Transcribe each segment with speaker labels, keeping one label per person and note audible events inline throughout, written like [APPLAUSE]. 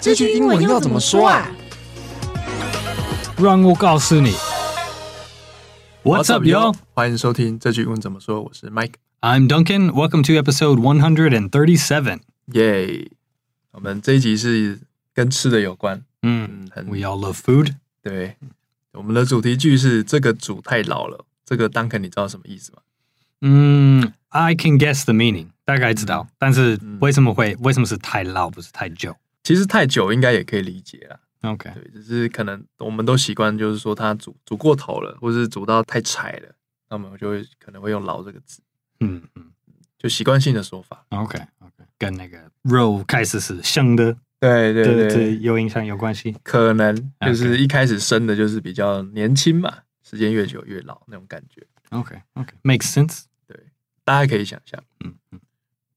Speaker 1: 这句英文要怎么说啊？
Speaker 2: 让我告诉你。What's up, yo?
Speaker 1: 欢迎收听这句英文怎么说，我是 Mike，
Speaker 2: I'm Duncan. Welcome to episode 137.
Speaker 1: 耶我们这一集是跟吃的有关，
Speaker 2: Mm,
Speaker 1: 嗯，很
Speaker 2: we all love food.
Speaker 1: 对。我们的主题句是这个主太老了，这个 Duncan 你知道什么意思吗？
Speaker 2: Mm, I can guess the meaning.
Speaker 1: 嗯。
Speaker 2: 大概知道，但是为什么会为什么是太老不是太久？Okay.
Speaker 1: 其实太久应该也可以理解啦，对，只是可能我们都习惯就是说它煮煮过头了，或是煮到太柴了，那么我就会可能会用“老”这个字，
Speaker 2: Mm-hmm.
Speaker 1: 就习惯性的说法。
Speaker 2: 嗯，OK，OK，跟那个肉开始是香的的
Speaker 1: 对对对，
Speaker 2: 有影响有关系。
Speaker 1: 可能就
Speaker 2: 啊 OK
Speaker 1: 是一开始生的就是比较年轻嘛，时间越久越老那种感觉，
Speaker 2: OK，OK，makes sense.
Speaker 1: 大家可以想象。
Speaker 2: 嗯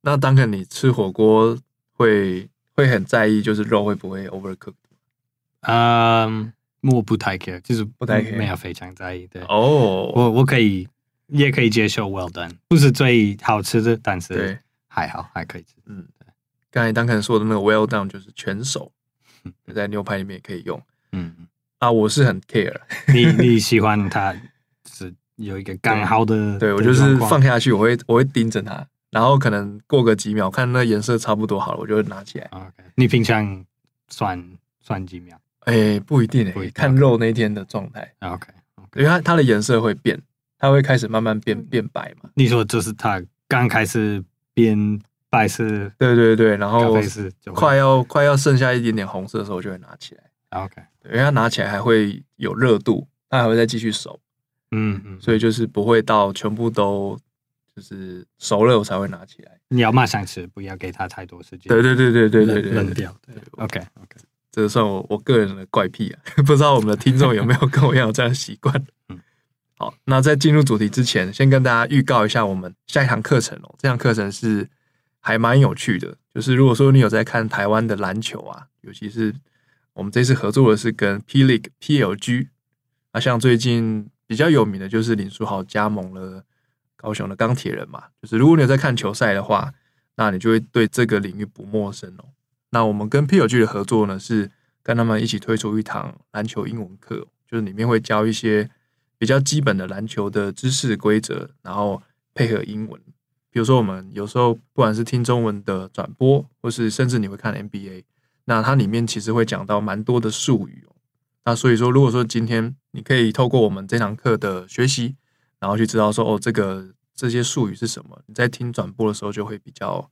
Speaker 1: 那 Duncan，你吃火锅会会很在意，就是肉会不会 overcook？
Speaker 2: 嗯，我不太 care，就是
Speaker 1: Um，不太 care
Speaker 2: 没有非常在意。对，
Speaker 1: 哦，
Speaker 2: 我我可以，也可以接受 well done，不是最好吃的，但是
Speaker 1: 对，
Speaker 2: 还好还可以
Speaker 1: [LAUGHS]
Speaker 2: 吃。
Speaker 1: 嗯，刚才 Duncan 说的那个 well done 就是全熟，在牛排里面也可以用
Speaker 2: 嗯，
Speaker 1: 啊。我是很 care，
Speaker 2: 你你喜欢它，就是有一个刚好的。
Speaker 1: 对我
Speaker 2: 的
Speaker 1: 就是
Speaker 2: 状况
Speaker 1: 放下去，我会我会盯着它，然后可能过个几秒，看那颜色差不多好了，我就会拿起来。
Speaker 2: 啊 OK，你平常算算几秒
Speaker 1: 哎、不一定哎、
Speaker 2: 不一定啊
Speaker 1: 看肉那天的状态。
Speaker 2: ？OK，
Speaker 1: 因为它它的颜色会变，它会开始慢慢
Speaker 2: 嗯
Speaker 1: 变变白嘛。
Speaker 2: 你说就是它刚开始变白色、
Speaker 1: 对对对，然
Speaker 2: 咖
Speaker 1: 后
Speaker 2: 啡色就会
Speaker 1: 快要快要剩下一点点红色的时候，我就会拿起来，
Speaker 2: 啊 OK，
Speaker 1: 对因为它拿起来还会有热度，它还会再继续熟，
Speaker 2: 嗯嗯，
Speaker 1: 所以就是不会到全部都就是熟了我才会拿起来。
Speaker 2: 你要马上吃，不要给它太多时间。
Speaker 1: 对对对对对对
Speaker 2: 冷
Speaker 1: 对
Speaker 2: 冷
Speaker 1: 对，
Speaker 2: 掉。OK OK，
Speaker 1: 这个算我我个人的怪癖啊， [LAUGHS] 不知道我们的听众有没有跟我一样有这样的习惯
Speaker 2: 嗯。
Speaker 1: [LAUGHS] 好，那在进入主题之前，先跟大家预告一下我们下一堂课程哦。这堂课程是还蛮有趣的，就是如果说你有在看台湾的篮球啊，尤其是我们这次合作的是跟 P League PLG，那像最近比较有名的就是林书豪加盟了高雄的钢铁人嘛，就是如果你有在看球赛的话，那你就会对这个领域不陌生哦。那我们跟 PLG 的合作呢，是跟他们一起推出一堂篮球英文课，就是里面会教一些比较基本的篮球的知识规则，然后配合英文。比如说，我们有时候不管是听中文的转播，或是甚至你会看 NBA，那它里面其实会讲到蛮多的术语哦。那所以说，如果说今天你可以透过我们这堂课的学习，然后去知道说哦，这个这些术语是什么，你在听转播的时候就会比较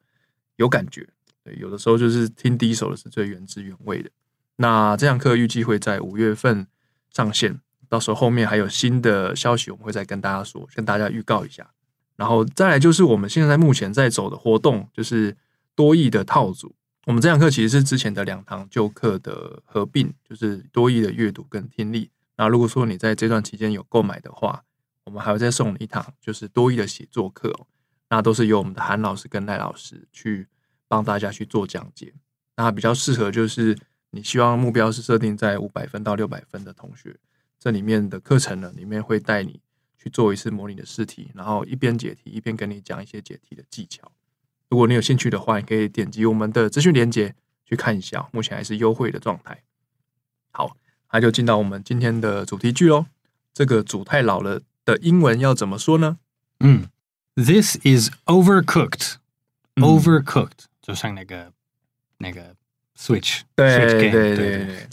Speaker 1: 有感觉。对，有的时候就是听第一手的是最原汁原味的。那这堂课预计会在五月份上线，到时候后面还有新的消息，我们会再跟大家说，跟大家预告一下。然后再来就是我们现在目前在走的活动，就是多益的套组。我们这堂课其实是之前的两堂旧课的合并，就是多益的阅读跟听力。那如果说你在这段期间有购买的话，我们还会再送你一堂就是多益的写作课、哦，那都是由我们的韩老师跟赖老师去帮大家去做讲解。那比较适合就是你希望目标是设定在五百分到六百分的同学，这里面的课程呢，里面会带你去做一次模拟的试题，然后一边解题一边跟你讲一些解题的技巧。如果你有兴趣的话，你可以点击我们的资讯链接去看一下哦，目前还是优惠的状态。好，那就进到我们今天的主题句喽。这个“煮太老了”的英文要怎么说呢？
Speaker 2: 嗯，This is overcooked.
Speaker 1: 嗯
Speaker 2: Overcooked，、就像那个那个 Switch，
Speaker 1: 对
Speaker 2: Switch
Speaker 1: 对
Speaker 2: game,
Speaker 1: 对
Speaker 2: 对
Speaker 1: 对对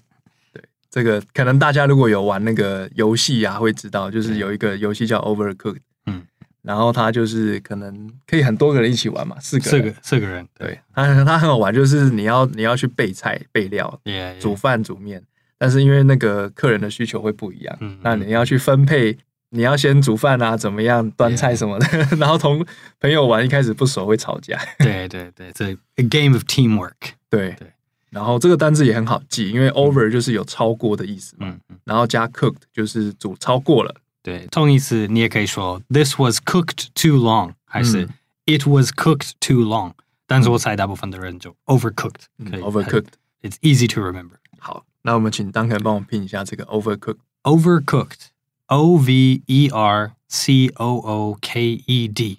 Speaker 1: 对，这个可能大家如果有玩那个游戏啊，会知道，就是有一个游戏叫 Overcooked，
Speaker 2: 嗯，
Speaker 1: 然后它就是可能可以很多个人一起玩嘛，四个
Speaker 2: 四
Speaker 1: 人
Speaker 2: 个四个人，
Speaker 1: 对它它很好玩，就是你要你要去备菜备料，
Speaker 2: 也
Speaker 1: 煮饭煮面，但是因为那个客人的需求会不一样，
Speaker 2: 嗯嗯
Speaker 1: 那你要去分配。你要先煮饭啊，怎么样端菜什么的 [LAUGHS] 然后同朋友玩一开始不熟会吵架，
Speaker 2: 对对对，这 a game of teamwork，
Speaker 1: 对
Speaker 2: 对。
Speaker 1: 然后这个单字也很好记，因为 over 就是有超过的意思嘛，
Speaker 2: 嗯嗯，
Speaker 1: 然后加 cooked 就是煮超过了，
Speaker 2: 对，同义词你也可以说 This was cooked too long，还是、
Speaker 1: 嗯
Speaker 2: It was cooked too long，但是我猜大部分的人就 overcooked，
Speaker 1: 嗯
Speaker 2: 可以
Speaker 1: overcooked。
Speaker 2: 很，It's easy to remember。
Speaker 1: 好，那我们请 Duncan 帮我拼一下这个 overcooked。
Speaker 2: Overcooked, O V E R C O O K E D。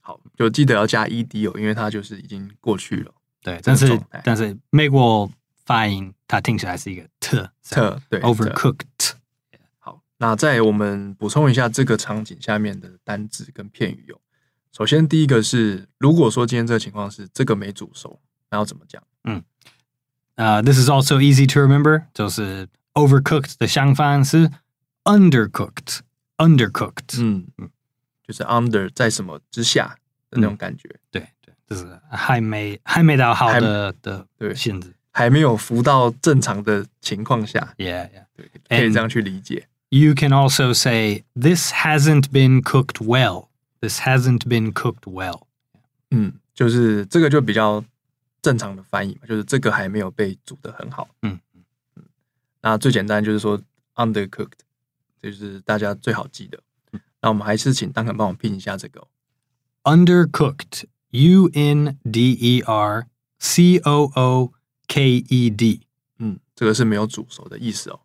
Speaker 1: 好，就 E 记得要加 ed 哦，因为它就是已经过去了。
Speaker 2: 对，
Speaker 1: 这
Speaker 2: 但
Speaker 1: 个
Speaker 2: 是
Speaker 1: 状态
Speaker 2: 但是美国发音，它听起来是一个 t
Speaker 1: 特对
Speaker 2: overcooked。
Speaker 1: 好，那在我们补充一下这个场景下面的单字跟片语哦。首先第一个是，如果说今天这个情况是这个没煮熟，那要怎么讲？
Speaker 2: Uh, this is also easy to remember. 就是 overcooked 的相反是 undercooked。undercooked。
Speaker 1: 嗯嗯，就是 under 在什么之下的
Speaker 2: 嗯
Speaker 1: 那种感觉，还-对。
Speaker 2: 对对，这是还没还没到好的的限制。Yeah,
Speaker 1: 还没有浮到正常的情况下，
Speaker 2: yeah.
Speaker 1: 对，可以
Speaker 2: And-
Speaker 1: 这样去理解。
Speaker 2: You can also say this hasn't been cooked well. This hasn't been cooked well.
Speaker 1: 嗯，就是这个就比较正常的翻译嘛，就是这个还没有被煮得很好。
Speaker 2: 嗯
Speaker 1: 嗯，那最简单就是说 undercooked，这就是大家最好记的。
Speaker 2: 嗯
Speaker 1: 那我们还是请当肯帮我拼一下这个哦、
Speaker 2: Undercooked. U N D E R C O O K E D.
Speaker 1: 嗯，这个是没有煮熟的意思哦。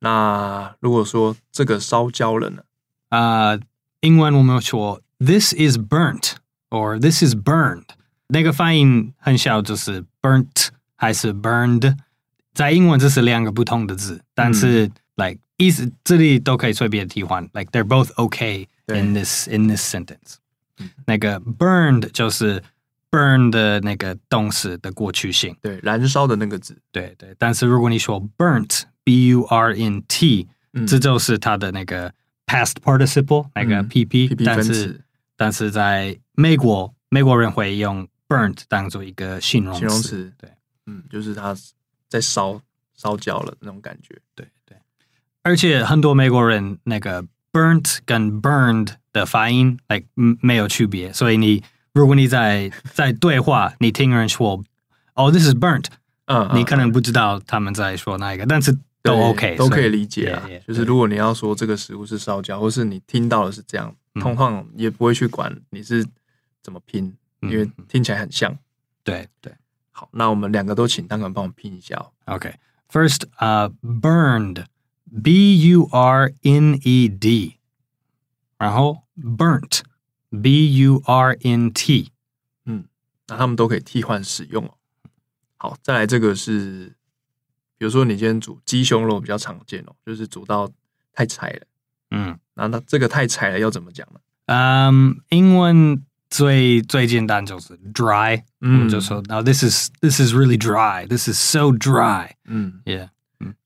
Speaker 1: 那如果说这个烧焦了呢？
Speaker 2: Uh, 英文我们说 this is burnt or this is burned. 那个发音很小，就是 burnt 还是 burned。在英文这是两个不同的字，但是 like 意思这里都可以随便替换，like they're both okay
Speaker 1: 对
Speaker 2: in this in this sentence。那个 burned 就是 burn 的那个动词的过去性。
Speaker 1: 对，燃烧的那个字，
Speaker 2: 对对，但是如果你说 burnt b u r n t，、
Speaker 1: 嗯
Speaker 2: 这就是它的那个 past participle 那个 pp，、
Speaker 1: PP
Speaker 2: 但
Speaker 1: 分
Speaker 2: 是
Speaker 1: 词
Speaker 2: 但是在美国，美国人会用 burnt 当做一个形容词。
Speaker 1: 形容词，
Speaker 2: 对，
Speaker 1: 嗯，就是它在烧烧焦了那种感觉。
Speaker 2: 对对，而且很多美国人那个 burnt 跟 burned 的发音 like 嗯没有区别，所以你如果你在在对话，你听人说哦、this is burnt，、
Speaker 1: 嗯，
Speaker 2: 你
Speaker 1: 嗯
Speaker 2: 可能不知道他们在说哪一个，但是都
Speaker 1: 对
Speaker 2: OK，
Speaker 1: 都
Speaker 2: 所
Speaker 1: 可以理解啊
Speaker 2: Yeah, yeah,。
Speaker 1: 就是如果你要说这个食物是烧焦，或是你听到的是这样，
Speaker 2: 嗯
Speaker 1: 通常也不会去管你是怎么拼，
Speaker 2: 嗯
Speaker 1: 因为听起来很像。
Speaker 2: 对对。
Speaker 1: 好，那我们两个都请当管帮我拼一下哦。
Speaker 2: Okay. First, uh, burned. B U R N E D. 然后 burnt. B U R N T.
Speaker 1: 那他们都可以替换使用哦。好，再来这个是，比如说你今天煮鸡胸肉比较常见哦，就是煮到太柴了。
Speaker 2: 嗯
Speaker 1: 那那这个太柴了要怎么讲呢？
Speaker 2: Um, 嗯，英文最最简单就是 dry，、
Speaker 1: 嗯，
Speaker 2: 我们就说 Now this is this is really dry. This is so dry.
Speaker 1: 嗯，
Speaker 2: Yeah.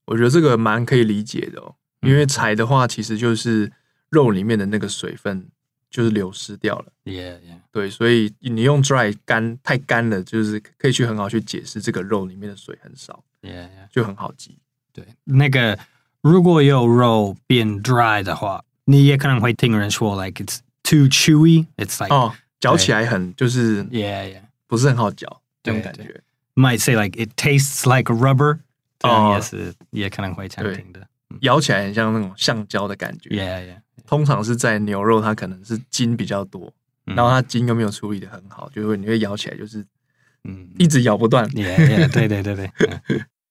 Speaker 1: 我觉得这个蛮可以理解的哦，因
Speaker 2: 嗯
Speaker 1: 为柴的话其实就是肉里面的那个水分就是流失掉了。
Speaker 2: Yeah. Yeah.
Speaker 1: 对，所以你用 dry 干太干了，就是可以去很好去解释这个肉里面的水很少，
Speaker 2: Yeah. Yeah.
Speaker 1: 就很好记。
Speaker 2: 对，那个如果有肉变 dry 的话，你也可能会听人说 like it's too chewy. It's like
Speaker 1: 哦，嚼起来很就是
Speaker 2: Oh. yeah yeah.
Speaker 1: 不是很好嚼这种
Speaker 2: 对
Speaker 1: 感
Speaker 2: 对
Speaker 1: 觉。
Speaker 2: might say like it tastes like rubber.
Speaker 1: 哦。
Speaker 2: 这样也是，也可能会常听的。
Speaker 1: 咬起来很像那种橡胶的感觉。
Speaker 2: Yeah, yeah.
Speaker 1: 通常是在牛肉，它可能是筋比较多，
Speaker 2: 嗯
Speaker 1: 然后它筋又没有处理的很好，就会你会咬起来就是
Speaker 2: 嗯
Speaker 1: 一直咬不断。
Speaker 2: Mm. ，Yeah, yeah, 对对对对，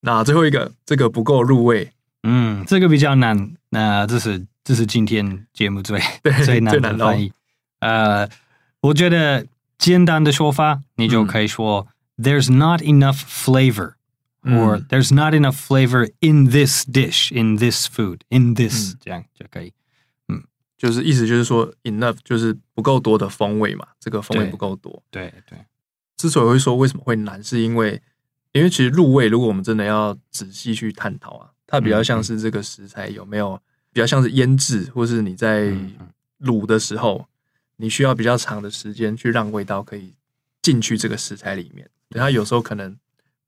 Speaker 1: 那最后一个，这个不够入味，
Speaker 2: 嗯，这个比较难。那、这是这是今天节目最
Speaker 1: 对
Speaker 2: 最难
Speaker 1: 最
Speaker 2: 的
Speaker 1: 难哦
Speaker 2: 翻译。呃，Uh, 我觉得简单的说法，你就可以说、There's not enough flavor。Or
Speaker 1: 嗯
Speaker 2: there's not enough flavor in this dish, in this food, in this 这样就可以。
Speaker 1: 就是意思就是说 enough 就是不够多的风味嘛，这个风味
Speaker 2: 对
Speaker 1: 不够多。
Speaker 2: 对对，
Speaker 1: 之所以会说为什么会难，是因为因为其实入味，如果我们真的要仔细去探讨啊，它
Speaker 2: 嗯
Speaker 1: 比较像是这个食材有没有比较像是腌制，或是你在
Speaker 2: 嗯嗯
Speaker 1: 卤的时候，你需要比较长的时间去让味道可以进去这个食材里面。对它有时候可能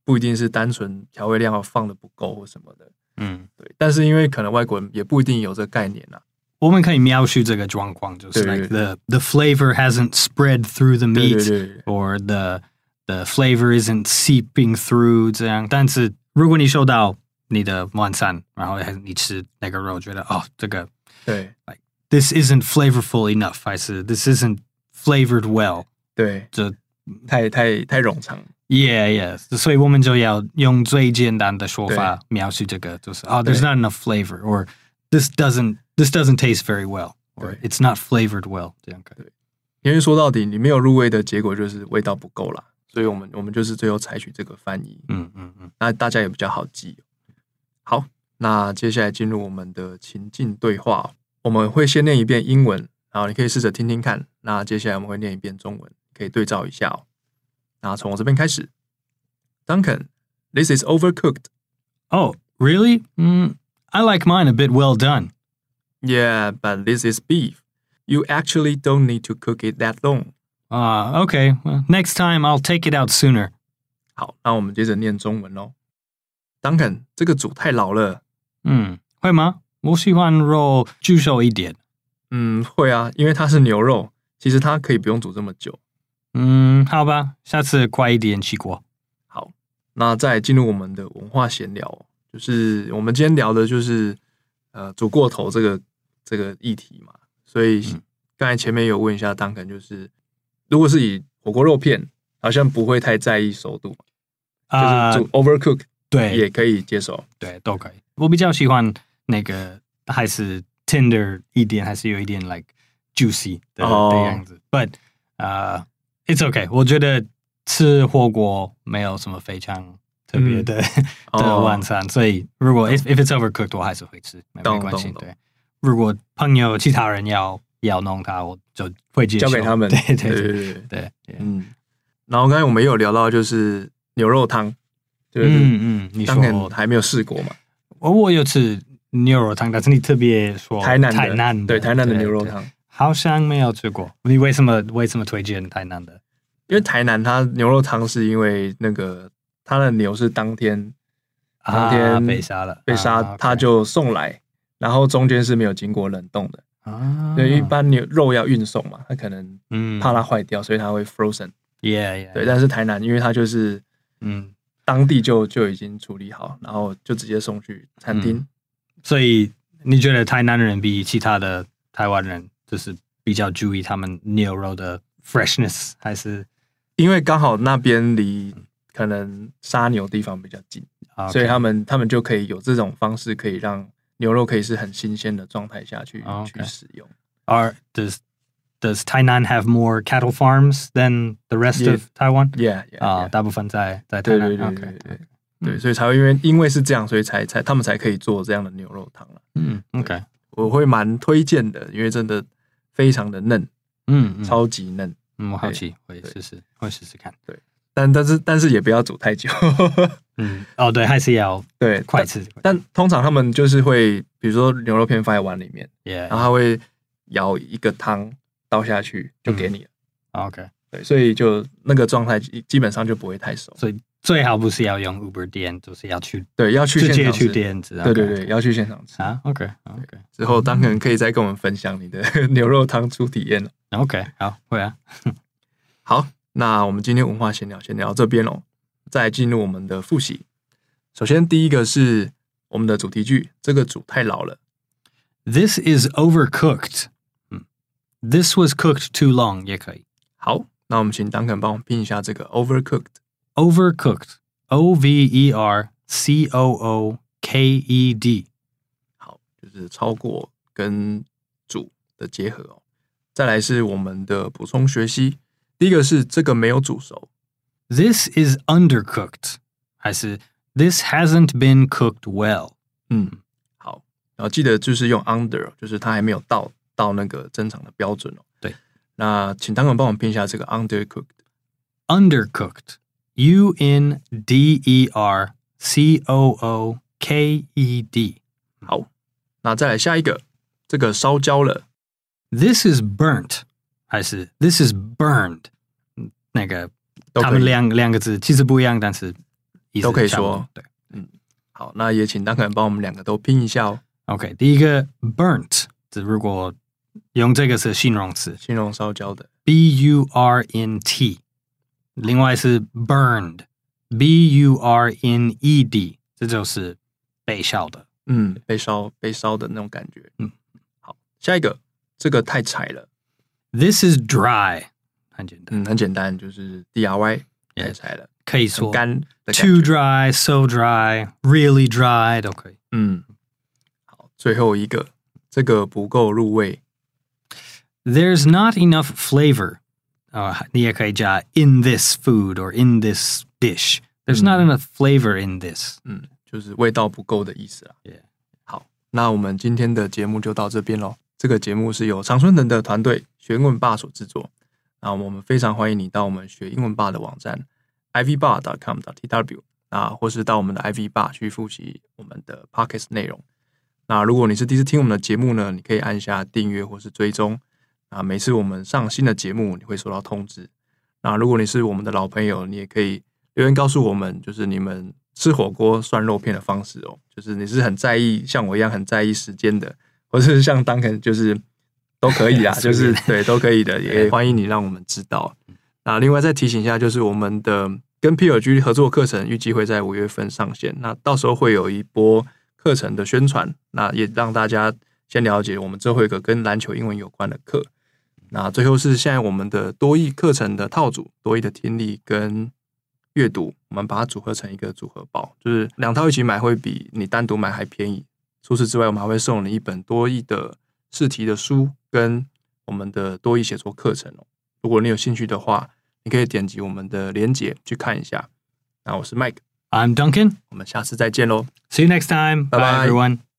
Speaker 1: 不一定是单纯调味料放的不够或什么的，
Speaker 2: 嗯。
Speaker 1: 对。但是因为可能外国人也不一定有这个概念啊，
Speaker 2: 我们可以描述这个状况，就是 like
Speaker 1: 对，对，对。
Speaker 2: the the flavor hasn't spread through the
Speaker 1: 对
Speaker 2: meat
Speaker 1: 对对对
Speaker 2: or the the flavor isn't seeping through 这样。但是如果你收到你的晚餐，然后你吃那个肉，觉得哦，这个
Speaker 1: 对
Speaker 2: this isn't flavorful enough，还是 this isn't flavored well，
Speaker 1: 对，
Speaker 2: 这
Speaker 1: 太太太冗长，
Speaker 2: yeah yeah，所以我们就要用最简单的说法描述这个，就是哦 there's
Speaker 1: 对。
Speaker 2: not enough flavor or this doesn't this doesn't taste very well or
Speaker 1: 对。
Speaker 2: it's not flavored well 这样可以。
Speaker 1: 因为说到底你没有入味的结果就是味道不够啦，所以我们我们就是最后采取这个翻译，
Speaker 2: 嗯嗯嗯，
Speaker 1: 那大家也比较好记。哦好，那接下来进入我们的情境对话哦，我们会先念一遍英文，然后你可以试着听听看。那接下来我们会念一遍中文，可以对照一下哦。那从我这边开始，Duncan。This is overcooked.
Speaker 2: Oh, really? Mm, I like mine a bit well done.
Speaker 1: Yeah, but this is beef. You actually don't need to cook it that long.
Speaker 2: Ah, okay. Well, next time I'll take it out sooner.
Speaker 1: 好，那我们接着念中文喽。Duncan，这个煮太老了。
Speaker 2: 嗯，会吗？我喜欢肉巨瘦一点。
Speaker 1: 嗯，会啊，因为它是牛肉，其实它可以不用煮这么久。
Speaker 2: 嗯，好吧，下次快一点起锅。
Speaker 1: 好，那再进入我们的文化闲聊哦，就是我们今天聊的就是呃煮过头这个这个议题嘛。所以
Speaker 2: 嗯
Speaker 1: 刚才前面有问一下 Duncan，就是如果是以火锅肉片，好像不会太在意熟度，
Speaker 2: Ah,
Speaker 1: 就是煮 overcook
Speaker 2: 啊对
Speaker 1: 也可以接受。
Speaker 2: 对，都可以。我比较喜欢那个还是 tender 一点，还是有一点 like juicy 的、
Speaker 1: 哦
Speaker 2: 的样子。But 呃、i t s okay。我觉得吃火锅没有什么非常特别的、 [LAUGHS] 的
Speaker 1: 哦
Speaker 2: 晚餐，所以如果 if if it's overcooked，我还是会吃，没没
Speaker 1: 懂
Speaker 2: 关系。
Speaker 1: 懂懂
Speaker 2: 对，如果朋友其他人要要弄它，我就会接受
Speaker 1: 交给他们。
Speaker 2: 对对
Speaker 1: 对
Speaker 2: 对
Speaker 1: 对对，
Speaker 2: 对，嗯
Speaker 1: 嗯。然后刚才我们也有聊到，就是牛肉汤，就是
Speaker 2: 嗯嗯，你说
Speaker 1: 当然还没有试过嘛，
Speaker 2: 我我有吃牛肉汤，但是你特别说
Speaker 1: 台南的
Speaker 2: 哦台南的
Speaker 1: 对台南的牛肉，
Speaker 2: 对
Speaker 1: 汤，
Speaker 2: 好像没有吃过。你为什么为什么推荐台南的？
Speaker 1: 因为台南它牛肉汤是因为那个它的牛是当天当天
Speaker 2: 啊、被杀了，
Speaker 1: 被杀，
Speaker 2: 啊
Speaker 1: 它就送来，然后中间是没有经过冷冻的，
Speaker 2: 啊，
Speaker 1: 对，一般牛肉要运送嘛，它可能
Speaker 2: 嗯哎
Speaker 1: 怕它坏掉，所以它会 frozen，
Speaker 2: ，yeah yeah，
Speaker 1: 对，，但是台南因为它就是
Speaker 2: 嗯，
Speaker 1: 当地就就已经处理好，然后就直接送去餐
Speaker 2: 嗯
Speaker 1: 厅。
Speaker 2: 所以你觉得台南人比其他的台湾人就是比较注意他们牛肉的 freshness 还是？
Speaker 1: 因为刚好那边离可能杀牛地方比较近，
Speaker 2: 啊
Speaker 1: 所以他们他们就可以有这种方式，可以让牛肉可以是很新鲜的状态下去、
Speaker 2: 哦 OK
Speaker 1: 去使用。
Speaker 2: are does does Tainan have more cattle farms than the rest
Speaker 1: Yeah.
Speaker 2: of Taiwan？
Speaker 1: Yeah, yeah,
Speaker 2: 啊，
Speaker 1: yeah.
Speaker 2: 大部分在在台
Speaker 1: 对
Speaker 2: 南。
Speaker 1: 对对
Speaker 2: OK，嗯
Speaker 1: 对对
Speaker 2: OK
Speaker 1: 对，所以才会因为因为是这样，所以才才他们才可以做这样的牛肉汤了。
Speaker 2: 嗯，OK，
Speaker 1: 我会蛮推荐的，因为真的非常的嫩，
Speaker 2: 嗯，嗯
Speaker 1: 超级嫩。
Speaker 2: 嗯，我好
Speaker 1: 对
Speaker 2: 奇，会
Speaker 1: 对
Speaker 2: 试试，会试试看。
Speaker 1: 但但是但是也不要煮太久， [LAUGHS]
Speaker 2: 嗯，哦，对，还是要
Speaker 1: 对，
Speaker 2: 快吃。
Speaker 1: 但。但通常他们就是会，比如说牛肉片放在碗里面，然后
Speaker 2: Yeah，OK，
Speaker 1: 他会舀一个汤倒下去就给你了。
Speaker 2: 嗯
Speaker 1: 对，所以就那个状态基基本上就不会太熟。
Speaker 2: 所以最好不是要用 Uber 点，就是要去
Speaker 1: 对，要去
Speaker 2: 直
Speaker 1: 现
Speaker 2: 接
Speaker 1: 场
Speaker 2: 去
Speaker 1: 吃。
Speaker 2: 点子。
Speaker 1: 对对对，要去现场吃。
Speaker 2: 啊，OK，OK，OK，
Speaker 1: 之后当然可以再跟我们分享你的
Speaker 2: 嗯
Speaker 1: [LAUGHS] 牛肉汤初体验了。
Speaker 2: 好，会啊。
Speaker 1: 好，那我们今天文化闲聊先聊到这边喽，再进入我们的复习。首先第一个是我们的主题句，这个主太老了。
Speaker 2: This is overcooked。嗯，This was cooked too long 也可以。
Speaker 1: 好，那我们请 Duncan 帮我们拼一下这个 overcooked。
Speaker 2: Overcooked. O V E R C O O K E D.
Speaker 1: 好，就是超过跟主的结合哦。再来是我们的补充学习，第一个是这个没有煮熟，
Speaker 2: This is undercooked. I said, this hasn't been cooked well.
Speaker 1: 嗯，好，然后记得就是用 under，就是哦它还没有到到那个正常的标准哦。
Speaker 2: 对，
Speaker 1: 那请当管帮我们拼一下这个 undercooked。
Speaker 2: Undercooked. U N D E R C O O K E D.
Speaker 1: 好，那再来下一个，这个烧焦了，
Speaker 2: This is burnt. I said, this is burned. 那个
Speaker 1: 都可
Speaker 2: 他
Speaker 1: 以。
Speaker 2: 们两-两个字其实不一样，但是意思
Speaker 1: 都可以
Speaker 2: 差不多，
Speaker 1: 说。
Speaker 2: 对。
Speaker 1: 好，那也请当管帮我们两个都拼一下哦。
Speaker 2: OK，第一个 burnt，只如果用这个是形容词
Speaker 1: 形容烧焦的，
Speaker 2: ，b u r n t，另外是 burned，b u r n e d，这就是被烧的。
Speaker 1: 嗯，被烧被烧的那种感觉。
Speaker 2: 嗯，
Speaker 1: 好，下一个，这个太柴了，
Speaker 2: This is dry，很简单，
Speaker 1: 嗯，很简单，就是 DIY 太
Speaker 2: Yes
Speaker 1: 柴了，
Speaker 2: 可以
Speaker 1: 很
Speaker 2: 说
Speaker 1: 干的感
Speaker 2: too
Speaker 1: 觉。
Speaker 2: dry，so dry，really dry 都可以。
Speaker 1: 嗯，好，最后一个，这个不够入味。
Speaker 2: There's not enough flavor，uh, 呃，你也可以加 in this food or in this dish. There's not enough flavor in this.
Speaker 1: 嗯，就是味道不够的意思啦。
Speaker 2: Yeah
Speaker 1: 好，那我们今天的节目就到这边喽。这个节目是由常春藤的团队学英文爸所制作。那我们非常欢迎你到我们学英文爸的网站 ivbar.com.tw 啊，或是到我们的 iv bar 去复习我们的 podcast 内容。那如果你是第一次听我们的节目呢，你可以按下订阅或是追踪。啊，每次我们上新的节目，你会收到通知。那如果你是我们的老朋友，你也可以留言告诉我们，就是你们吃火锅涮肉片的方式哦，就是你是很在意像我一样很在意时间的，或是像 Duncan 就是都可 [LAUGHS] 以啦，
Speaker 2: 随
Speaker 1: 就
Speaker 2: 便
Speaker 1: 是对都可以的，也欢迎你让我们知道。那另外再提醒一下，就是我们的跟 PLG 合作课程预计会在五月份上线，那到时候会有一波课程的宣传，那也让大家先了解我们这会有一个跟篮球英文有关的课。那最后是现在我们的多义课程的套组，多义的听力跟阅读，我们把它组合成一个组合包，就是两套一起买会比你单独买还便宜。除此之外，我们还会送你一本多义的试题的书跟我们的多义写作课程哦。如果你有兴趣的话，你可以点击我们的链接去看一下。那我是 Mike，
Speaker 2: I'm Duncan.
Speaker 1: 我们下次再见喽。
Speaker 2: See you next time.
Speaker 1: Bye-bye.
Speaker 2: everyone.